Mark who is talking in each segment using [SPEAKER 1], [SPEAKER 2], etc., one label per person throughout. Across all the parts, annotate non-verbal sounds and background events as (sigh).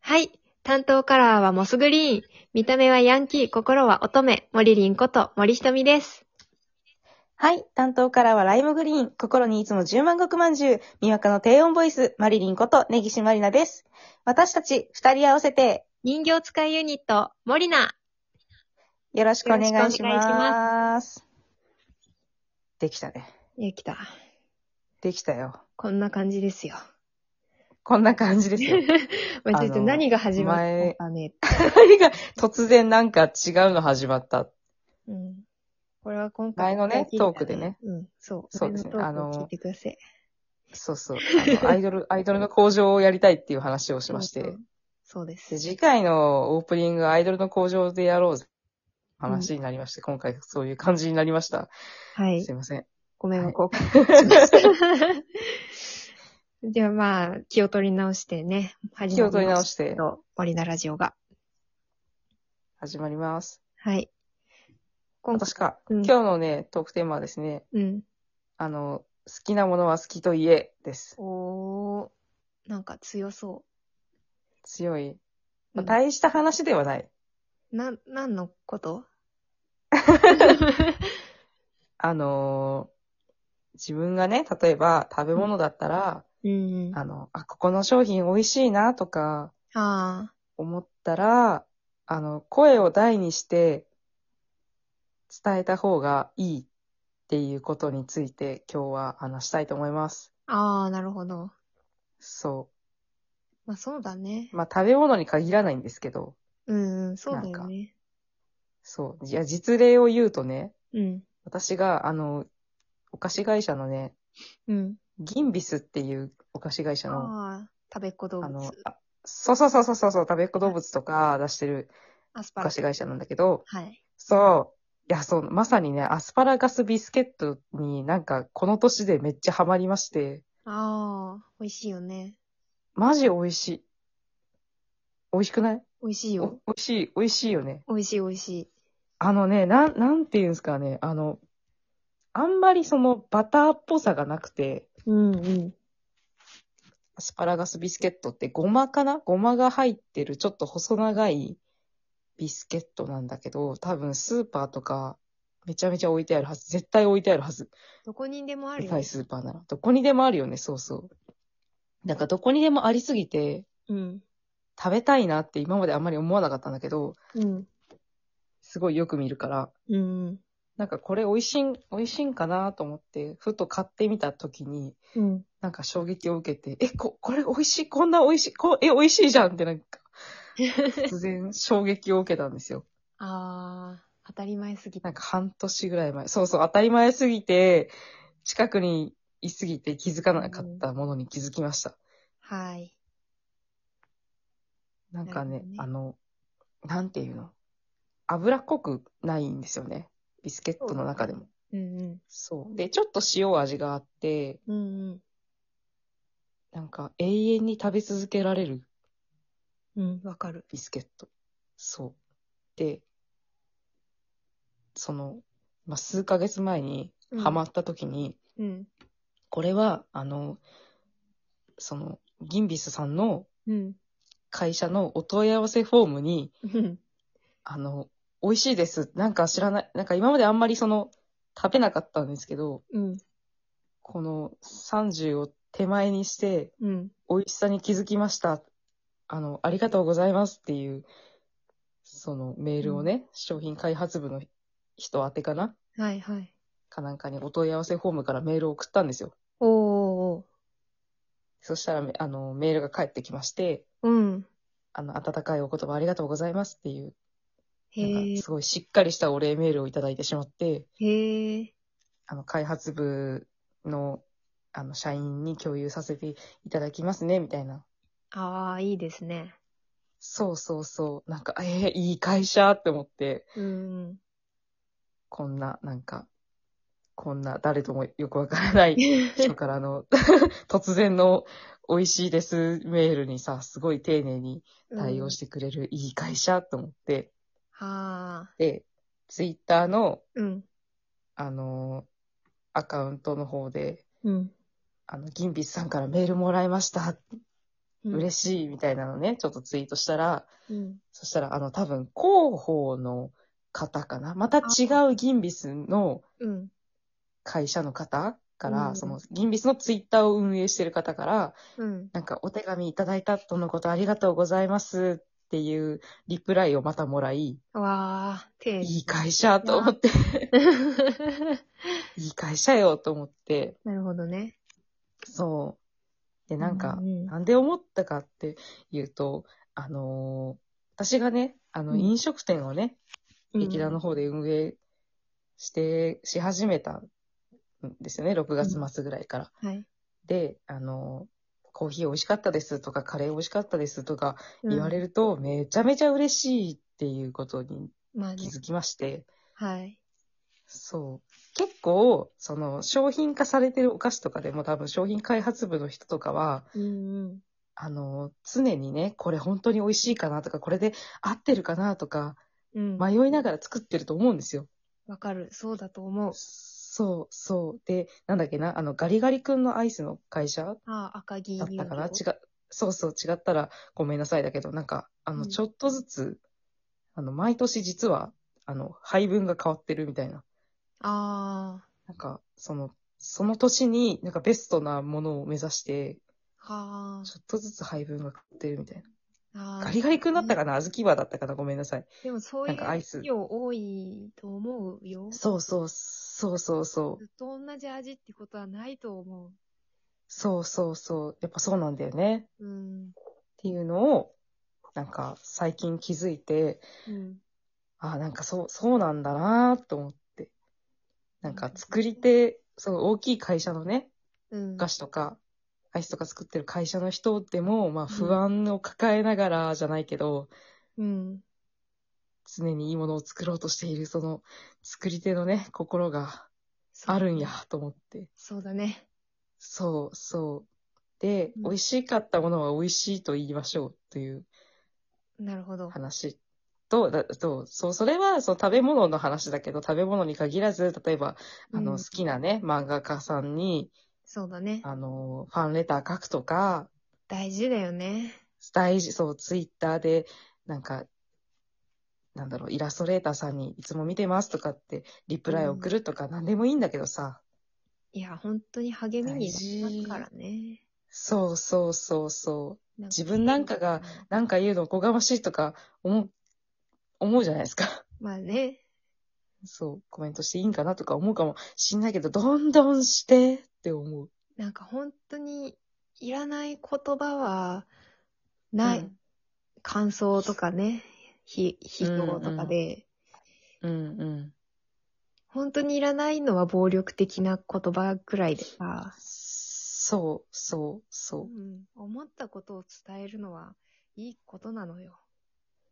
[SPEAKER 1] はい。担当カラーはモスグリーン。見た目はヤンキー、心は乙女、モリリンこと森ひとみです。
[SPEAKER 2] はい。担当からはライムグリーン、心にいつも十万石まんじゅう、魅惑の低音ボイス、マリリンこと根岸まりなです。私たち二人合わせて、
[SPEAKER 1] 人形使いユニット、モリナ。
[SPEAKER 2] よろしくお願いし
[SPEAKER 1] よろ
[SPEAKER 2] ま
[SPEAKER 1] し
[SPEAKER 2] す。
[SPEAKER 1] くお願いし
[SPEAKER 2] できたね。
[SPEAKER 1] え、来た。
[SPEAKER 2] できたよ。
[SPEAKER 1] こんな感じです (laughs) よ。
[SPEAKER 2] こんな感じですよ。
[SPEAKER 1] (laughs) まあ、ちょっ
[SPEAKER 2] あ
[SPEAKER 1] と
[SPEAKER 2] の
[SPEAKER 1] 何が始まったかね。
[SPEAKER 2] 何が突然なんか違うの始まった。
[SPEAKER 1] うん。これは今回。
[SPEAKER 2] 前のね
[SPEAKER 1] 聞いた
[SPEAKER 2] トークでね。
[SPEAKER 1] うん、そう。
[SPEAKER 2] そうですね
[SPEAKER 1] 前のトークを
[SPEAKER 2] あの
[SPEAKER 1] 聞いてください。
[SPEAKER 2] そうそ
[SPEAKER 1] (laughs)
[SPEAKER 2] う。あのアイドル、アイドルの向上をやりたいっていう話をしまして。
[SPEAKER 1] そうそう。そうです
[SPEAKER 2] で。次回のオープニングアイドルの向上でやろうぜ。話になりまして、今回そういう感じになりました。
[SPEAKER 1] はい
[SPEAKER 2] す。いません。
[SPEAKER 1] ごめん、
[SPEAKER 2] はい
[SPEAKER 1] ご報告しました。 (laughs) じゃあまあ、気を取り直してね、始
[SPEAKER 2] 気
[SPEAKER 1] まりま
[SPEAKER 2] を取り直して
[SPEAKER 1] と、森田ラジオが。
[SPEAKER 2] 始まります。
[SPEAKER 1] はい。今回
[SPEAKER 2] 私か、
[SPEAKER 1] うん
[SPEAKER 2] 今日のね、トークテーマはですね、
[SPEAKER 1] うん。
[SPEAKER 2] あの、好きなものは好きと言えです。
[SPEAKER 1] おー、なんか強そ
[SPEAKER 2] 強い。
[SPEAKER 1] う。
[SPEAKER 2] まあ、大した話ではない。
[SPEAKER 1] な、何のこと
[SPEAKER 2] あのー自分がね、例えば食べ物だったら、
[SPEAKER 1] うん。
[SPEAKER 2] あの、あ、ここの商品美味しいなとか
[SPEAKER 1] ああ、
[SPEAKER 2] 思ったら、あの、声を大にして伝えた方がいいっていうことについて今日は話したいと思います。
[SPEAKER 1] ああ、なるほど。
[SPEAKER 2] そ
[SPEAKER 1] まあそうだね
[SPEAKER 2] う。。まあ、食べ物に限らないんですけど、
[SPEAKER 1] うん、うん、そうだ
[SPEAKER 2] な
[SPEAKER 1] よ
[SPEAKER 2] ん
[SPEAKER 1] ね。
[SPEAKER 2] そう。いや、実例を言うとね、
[SPEAKER 1] うん。
[SPEAKER 2] 私が、あの、お菓子会社のね、
[SPEAKER 1] うん。
[SPEAKER 2] ギンビスっていうお菓子会社の、あ
[SPEAKER 1] ああ、食べっ子動物
[SPEAKER 2] の、。あそうそうそうそうそうそう、食べっ子動物とか出してる
[SPEAKER 1] アス
[SPEAKER 2] お
[SPEAKER 1] パラ
[SPEAKER 2] 菓。子会社なんだけど、
[SPEAKER 1] はい。
[SPEAKER 2] そう、いや、そう、まさにね、アスパラガスビスケットになんか、この年でめっちゃハマりまして、
[SPEAKER 1] ああ、美味しいよね。
[SPEAKER 2] マジ美味しい。美味しくない
[SPEAKER 1] 美味しい
[SPEAKER 2] お
[SPEAKER 1] よ
[SPEAKER 2] 美。味しい、美味しいよね。
[SPEAKER 1] 美味しい美味しい。
[SPEAKER 2] あのね、なん、なんていうんですかね、あの、あんまりそのバターっぽさがなくて、
[SPEAKER 1] うんうん。
[SPEAKER 2] アスパラガスビスケットってごまかなごまが入ってるちょっと細長いビスケットなんだけど、多分スーパーとかめちゃめちゃ置いてあるはず。絶対置いてあるはず。
[SPEAKER 1] どこにでもある
[SPEAKER 2] で
[SPEAKER 1] よ
[SPEAKER 2] か
[SPEAKER 1] ね
[SPEAKER 2] い。スーパーなら。どこにでもあるよね、そうそう。なんかどこにでもありすぎて
[SPEAKER 1] うん。
[SPEAKER 2] 食べたいなって今まであんまり思わなかったんだけど、
[SPEAKER 1] うん。
[SPEAKER 2] すごいよく見るから、
[SPEAKER 1] うん。
[SPEAKER 2] なんかこれ美味しいん、美味しいんかなと思って、ふと買ってみた時に、
[SPEAKER 1] うん。
[SPEAKER 2] なんか衝撃を受けて、え、こ、これ美味しい、こんな美味しい、こえ、美味しいじゃんってな
[SPEAKER 1] (laughs)
[SPEAKER 2] んか、突然衝撃を受けたんですよ。
[SPEAKER 1] ああ、当たり前すぎ
[SPEAKER 2] なん
[SPEAKER 1] た。
[SPEAKER 2] か半年ぐらい前。そうそう、当たり前すぎて、近くにいすぎて気づかなかったものに気づきました。
[SPEAKER 1] はい。
[SPEAKER 2] なん
[SPEAKER 1] な
[SPEAKER 2] かね
[SPEAKER 1] るほどね
[SPEAKER 2] あの、なんていうの脂っこくないんですよね。ビスケットの中でも。
[SPEAKER 1] うんうん。
[SPEAKER 2] そう。で、ちょっと塩味があって、
[SPEAKER 1] うん
[SPEAKER 2] なんか永遠に食べ続けられる
[SPEAKER 1] うん。うん、わかる。
[SPEAKER 2] ビスケット。そう。で、その、まあ、数ヶ月前に
[SPEAKER 1] うん
[SPEAKER 2] ハマった時に、
[SPEAKER 1] うん。
[SPEAKER 2] これは、あの、その、ギンビスさんの
[SPEAKER 1] うん。
[SPEAKER 2] 会社のお問い合わせフォームに、
[SPEAKER 1] うん。
[SPEAKER 2] あの、美味しいです。なんか知らない。なんか今まであんまりその、食べなかったんですけど、
[SPEAKER 1] うん。
[SPEAKER 2] この30を手前にして、
[SPEAKER 1] うん。
[SPEAKER 2] 美味しさに気づきました。あの、ありがとうございますっていう、そのメールをね、商品開発部の人宛てかな
[SPEAKER 1] はいはい。
[SPEAKER 2] かなんかにお問い合わせフォームからメールを送ったんですよ。
[SPEAKER 1] おー。
[SPEAKER 2] そしたら、あの、メールが返ってきまして、
[SPEAKER 1] うん。
[SPEAKER 2] あの、温かいお言葉ありがとうございますっていう、なん
[SPEAKER 1] へ
[SPEAKER 2] か
[SPEAKER 1] ー。
[SPEAKER 2] すごいしっかりしたお礼メールをいただいてしまって、
[SPEAKER 1] へー。
[SPEAKER 2] あの、開発部の、あの、社員に共有させていただきますね、みたいな。
[SPEAKER 1] あー、いいですね。
[SPEAKER 2] そうそうそう。なんか、えー、いい会社って思って、
[SPEAKER 1] うん。。
[SPEAKER 2] こんな、なんか、こんな誰ともよくわからない人からの、 (laughs) 突然の美味しいですメールにさ、すごい丁寧に対応しててくれるいい会社と思って、
[SPEAKER 1] あ
[SPEAKER 2] で、ツイッターの、
[SPEAKER 1] ー。うん。
[SPEAKER 2] あのーアカウントの方で、
[SPEAKER 1] うん。
[SPEAKER 2] あの、銀筆さんからメールもらいました。
[SPEAKER 1] うん。
[SPEAKER 2] 嬉しいみたいなのね、ちょっとツイートしたら、
[SPEAKER 1] うん。
[SPEAKER 2] そしたら、あの、多分、広報の方かなまた違うギンビスの
[SPEAKER 1] うん。
[SPEAKER 2] 会社の方から、
[SPEAKER 1] うん
[SPEAKER 2] その、ギンビスのツイッターを運営してる方から、
[SPEAKER 1] うん。
[SPEAKER 2] なんか、お手紙いただいたとのことありがとうございますっていうリプライをまたもらい、
[SPEAKER 1] わあ、丁寧。
[SPEAKER 2] いい会社と思って、いい会社よと思って、
[SPEAKER 1] なるほどね。
[SPEAKER 2] そう。で、なんか
[SPEAKER 1] う、ん
[SPEAKER 2] なんで思ったかっていうと、あのー私がね、あ
[SPEAKER 1] う
[SPEAKER 2] の、
[SPEAKER 1] ん
[SPEAKER 2] 飲食店をね、劇団の方で運営して、し始めたんですよね、6月末ぐらいから。
[SPEAKER 1] はい。
[SPEAKER 2] で、あの、コーヒー美味しかったですとか、カレー美味しかったですとか言われ
[SPEAKER 1] る。
[SPEAKER 2] ると、めちゃめちゃ嬉しいっていうことに
[SPEAKER 1] まあ
[SPEAKER 2] 気
[SPEAKER 1] ね。
[SPEAKER 2] づきまして、
[SPEAKER 1] はい。
[SPEAKER 2] そう。結構、その、商品化されてるお菓子とかでも多分商品開発部の人とかは、
[SPEAKER 1] うんうん。
[SPEAKER 2] あの、常にね、これ本当に美味しいかなとか、これで合ってるかなとか、
[SPEAKER 1] うん。
[SPEAKER 2] 迷いながら作ってると思うんですよ。
[SPEAKER 1] わかる。そうだと思う。
[SPEAKER 2] そう、そう。で、なんだっけな、あの、ガリガリ君のアイスの会社
[SPEAKER 1] ああ、赤木
[SPEAKER 2] だったかな違
[SPEAKER 1] 乳業
[SPEAKER 2] う、そうそう、違ったらごめんなさいだけど、なんか、あ
[SPEAKER 1] う
[SPEAKER 2] の、
[SPEAKER 1] ん
[SPEAKER 2] ちょっとずつ、あの、毎年実は、あの、配分が変わってるみたいな。
[SPEAKER 1] あ
[SPEAKER 2] なんか、その、その年になんかベストなものを目指して、
[SPEAKER 1] あ、はあ
[SPEAKER 2] ちょっとずつ配分が変わってるみたい
[SPEAKER 1] あ
[SPEAKER 2] な。
[SPEAKER 1] ー。
[SPEAKER 2] ガリガリ君だったかな小豆バーだったかなごめんなさい。
[SPEAKER 1] でもそうい
[SPEAKER 2] な
[SPEAKER 1] うん
[SPEAKER 2] かアイス
[SPEAKER 1] 企業多いと思うよ。ず
[SPEAKER 2] そうそう、そうそうそう。
[SPEAKER 1] っと同じ味ってことはないと思う。
[SPEAKER 2] そうそうそう。やっぱそうなんだよね。
[SPEAKER 1] うん。
[SPEAKER 2] っていうのを、なんか最近気づいて、
[SPEAKER 1] うん。
[SPEAKER 2] あなんかそう、そうなんだなと思って。なんか作り手、その大きい会社のね、
[SPEAKER 1] うん
[SPEAKER 2] お菓子とか、アイスとか作ってる会社の人でも、まあ不安を抱えながらじゃないけど、
[SPEAKER 1] うん。
[SPEAKER 2] 常にいいものを作ろうとしている、その作り手のね、心があるんやと思って。
[SPEAKER 1] そうだね。
[SPEAKER 2] そう、そう。で、
[SPEAKER 1] うん
[SPEAKER 2] 美味しかったものは美味しいと言いましょうという
[SPEAKER 1] なるほど。
[SPEAKER 2] 話と、だとそう、それはその食べ物の話だけど、食べ物に限らず、例えば、あ
[SPEAKER 1] う
[SPEAKER 2] の、
[SPEAKER 1] ん
[SPEAKER 2] 好きなね、漫画家さんに、
[SPEAKER 1] そうだね。
[SPEAKER 2] あの、ファンレター書くとか、
[SPEAKER 1] 大事だよね。
[SPEAKER 2] 大事、そう、ツイッターで、なんか、なんだろう、イラストレーターさんにいつも見てますとかって、リプライ送るとか、なんでもいいんだけどさ、
[SPEAKER 1] いや、本当に励みになりますからね。
[SPEAKER 2] そうそうそうそう、
[SPEAKER 1] な
[SPEAKER 2] 自分なんかが、なんか言うのおこがましいとか、思う、思うじゃないですか。
[SPEAKER 1] まあね。
[SPEAKER 2] そう、コメントしていいんかなとか思うかもしんないけど、どんどんしてって思う。
[SPEAKER 1] なんか本当にいらない言葉はない、
[SPEAKER 2] うん
[SPEAKER 1] 感想とかね、ひ、ひ評とかで、
[SPEAKER 2] うんうん。
[SPEAKER 1] 本当にいらないのは暴力的な言葉くらいでさ、
[SPEAKER 2] そう、そう、そうう、
[SPEAKER 1] ん、思ったことを伝えるのはいいことなのよ。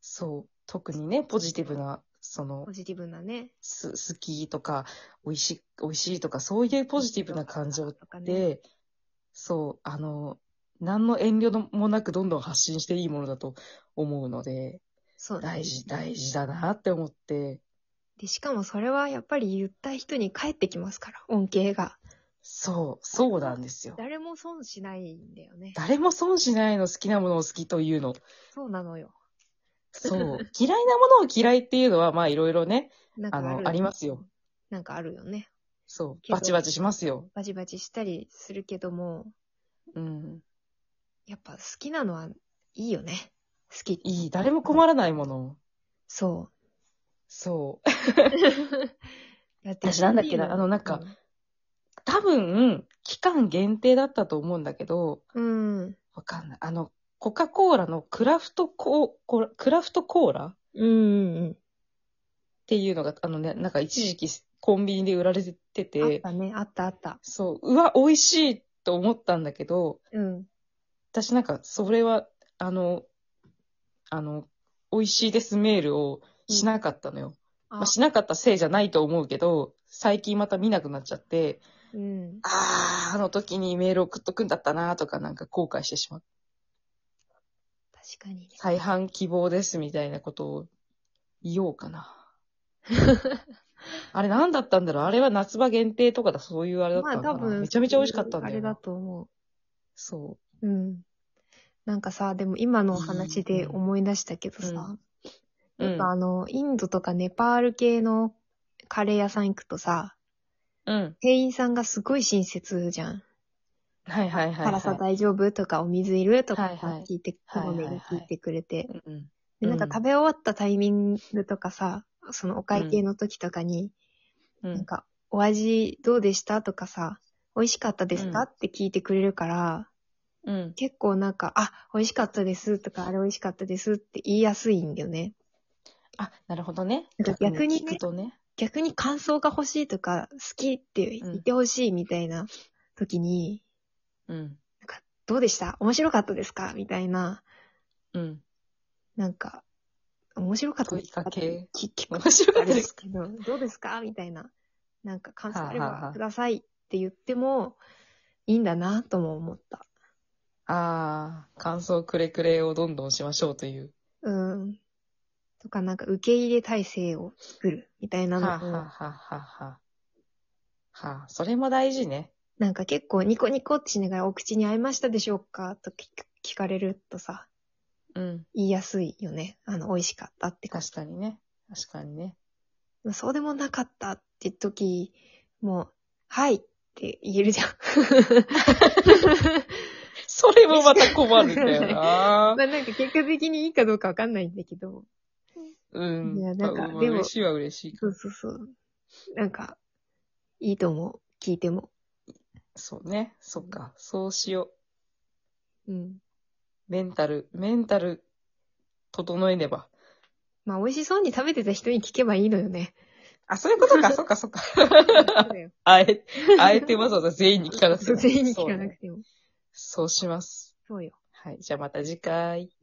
[SPEAKER 2] そう。特にね、ポジティブな、その
[SPEAKER 1] ポ、ジティブなね。
[SPEAKER 2] す好きとか、美味しい、美味しいとか、そういうポジティブな感情っ
[SPEAKER 1] とかね。
[SPEAKER 2] て、そう、あの、何の遠慮もなくどんどん発信していいものだと思うので、
[SPEAKER 1] そうだね
[SPEAKER 2] 大事、大事だなって思って、
[SPEAKER 1] で。しかもそれはやっぱり言った人に返ってきますから、恩恵が。
[SPEAKER 2] そう、そうなんですよ。
[SPEAKER 1] 誰も損しないんだよね。
[SPEAKER 2] 誰も損しないの好きなものを好きというの。
[SPEAKER 1] そうなのよ。
[SPEAKER 2] そう。嫌いなものを嫌いっていうのは、まあいろいろね、
[SPEAKER 1] なんか
[SPEAKER 2] あ
[SPEAKER 1] ある
[SPEAKER 2] の、ありますよ。。
[SPEAKER 1] なんかあるよね。
[SPEAKER 2] そ
[SPEAKER 1] け
[SPEAKER 2] う。
[SPEAKER 1] ど
[SPEAKER 2] バチバチしますよ。
[SPEAKER 1] バチバチしたりするけども、
[SPEAKER 2] うん。
[SPEAKER 1] やっぱ好きなのはいいよね。好き。
[SPEAKER 2] いい。誰も困らないもの。
[SPEAKER 1] そ
[SPEAKER 2] そう。 (laughs)
[SPEAKER 1] う。 (laughs) だって
[SPEAKER 2] 私なんだっけな
[SPEAKER 1] 好き
[SPEAKER 2] あのなんか、多分、期間限定だったと思うんだけど、
[SPEAKER 1] うん。うん
[SPEAKER 2] わかんない。あの、コカ・コーラのクラフトコーコラ、クラフトコーラっ
[SPEAKER 1] うんうん。
[SPEAKER 2] ていうのが、あのね、なんか一時期コンビニで売られて、
[SPEAKER 1] あってたね、あったあった。
[SPEAKER 2] そう、うわ、美味しいと思ったんだけど、
[SPEAKER 1] うん。
[SPEAKER 2] 私なんか、それは、あの、あの、美味しいですメールをしなかったのよ。まあ、しなかったせいじゃないと思うけど、最近また見なくなっちゃって、
[SPEAKER 1] うん。
[SPEAKER 2] あー、あの時にメール送っとくんだったなとかなんか後悔してしまう。
[SPEAKER 1] 確かにね。
[SPEAKER 2] 再販希望ですみたいなことを言おう
[SPEAKER 1] (laughs)
[SPEAKER 2] かな。あれ何だったんだろうあれは夏場限定とかだ、そういうあれだったのかな、めちゃめちゃ美味しかったんだ
[SPEAKER 1] あ
[SPEAKER 2] よ
[SPEAKER 1] れ
[SPEAKER 2] な。
[SPEAKER 1] だと思
[SPEAKER 2] そう。
[SPEAKER 1] う。うん。なんかさ、でも今のお話で思い出したけどさ、
[SPEAKER 2] うん
[SPEAKER 1] やっぱあの、インドとかネパール系のカレー屋さん行くとさ、
[SPEAKER 2] うん。
[SPEAKER 1] 店員さんがすごい親切じゃん。
[SPEAKER 2] はいはいはい、は
[SPEAKER 1] 辛
[SPEAKER 2] い。
[SPEAKER 1] さ大丈夫とか、お水いるとか
[SPEAKER 2] はいはい
[SPEAKER 1] 聞いて、こ
[SPEAKER 2] はいは
[SPEAKER 1] ま
[SPEAKER 2] い
[SPEAKER 1] めに聞いてくれて。
[SPEAKER 2] うん。
[SPEAKER 1] で、
[SPEAKER 2] う
[SPEAKER 1] なんんか食べ終わったタイミングとかさ、そのお会計の時とかに、
[SPEAKER 2] う
[SPEAKER 1] なん
[SPEAKER 2] ん。
[SPEAKER 1] か、お味どうでしたとかさ、美味しかったですか、
[SPEAKER 2] うん
[SPEAKER 1] って聞いてくれるから、
[SPEAKER 2] うん。
[SPEAKER 1] 結構なんか、あ、美味しかったですとか、あれ美味しかったですって言いやすいんだよね。
[SPEAKER 2] あ、なるほどね。
[SPEAKER 1] なんか逆にね
[SPEAKER 2] 聞くとね。
[SPEAKER 1] 逆に感想が欲しいとか、好きって言ってほしいみたいな時に、
[SPEAKER 2] うん。
[SPEAKER 1] どうでした面白かったですかみたいな、
[SPEAKER 2] うん。
[SPEAKER 1] なんか、面白かったですか
[SPEAKER 2] 問いかけ
[SPEAKER 1] き聞く
[SPEAKER 2] 面白か
[SPEAKER 1] あ
[SPEAKER 2] っ
[SPEAKER 1] れ
[SPEAKER 2] た
[SPEAKER 1] で
[SPEAKER 2] ですす。
[SPEAKER 1] けど、どうですかみたいな。なんか感想あれ
[SPEAKER 2] はあはあは
[SPEAKER 1] ば
[SPEAKER 2] あ
[SPEAKER 1] くださいって言ってもいいんだなとも思った。
[SPEAKER 2] ああ、感想くれくれをどんどんしましょうという。
[SPEAKER 1] うん。とかなんか受け入れ体制を作るみたいな
[SPEAKER 2] はあ、は
[SPEAKER 1] の
[SPEAKER 2] あ
[SPEAKER 1] も、
[SPEAKER 2] はあはあはあ、はあ、それも大事ね。
[SPEAKER 1] なんか結構ニコニコってしながらお口に合いましたでしょうかと聞く聞かれるとさ、
[SPEAKER 2] うん。
[SPEAKER 1] 言いやすいよね。あの、美味しかったってこと
[SPEAKER 2] 確かにね。確かにね。
[SPEAKER 1] まあそうでもなかったって時も、はいって言えるじゃん。 (laughs)
[SPEAKER 2] それもまた困るんだよ
[SPEAKER 1] (laughs)
[SPEAKER 2] な。
[SPEAKER 1] まあなんか結果的にいいかどうかわかんないんだけど。
[SPEAKER 2] うん。
[SPEAKER 1] いやなんか
[SPEAKER 2] まあ
[SPEAKER 1] でも
[SPEAKER 2] 嬉しいは嬉しいか
[SPEAKER 1] そ
[SPEAKER 2] ら
[SPEAKER 1] うそうそう。なんか、いいと思う。聞いても。
[SPEAKER 2] そうね。そっか。そうしよ
[SPEAKER 1] うん。
[SPEAKER 2] う。メンタル、メンタル、整えねば。
[SPEAKER 1] まあ美味しそうに食べてた人に聞けばいいのよ
[SPEAKER 2] (laughs)
[SPEAKER 1] ね。
[SPEAKER 2] あ、そういうこと
[SPEAKER 1] (laughs)
[SPEAKER 2] か。そっかそっか。 (laughs) あえ、あえてわざわざ全員に聞かなくても。
[SPEAKER 1] 全員に聞かなくても。
[SPEAKER 2] そうねそうします。
[SPEAKER 1] そうよ。
[SPEAKER 2] はい。じゃあまた次回。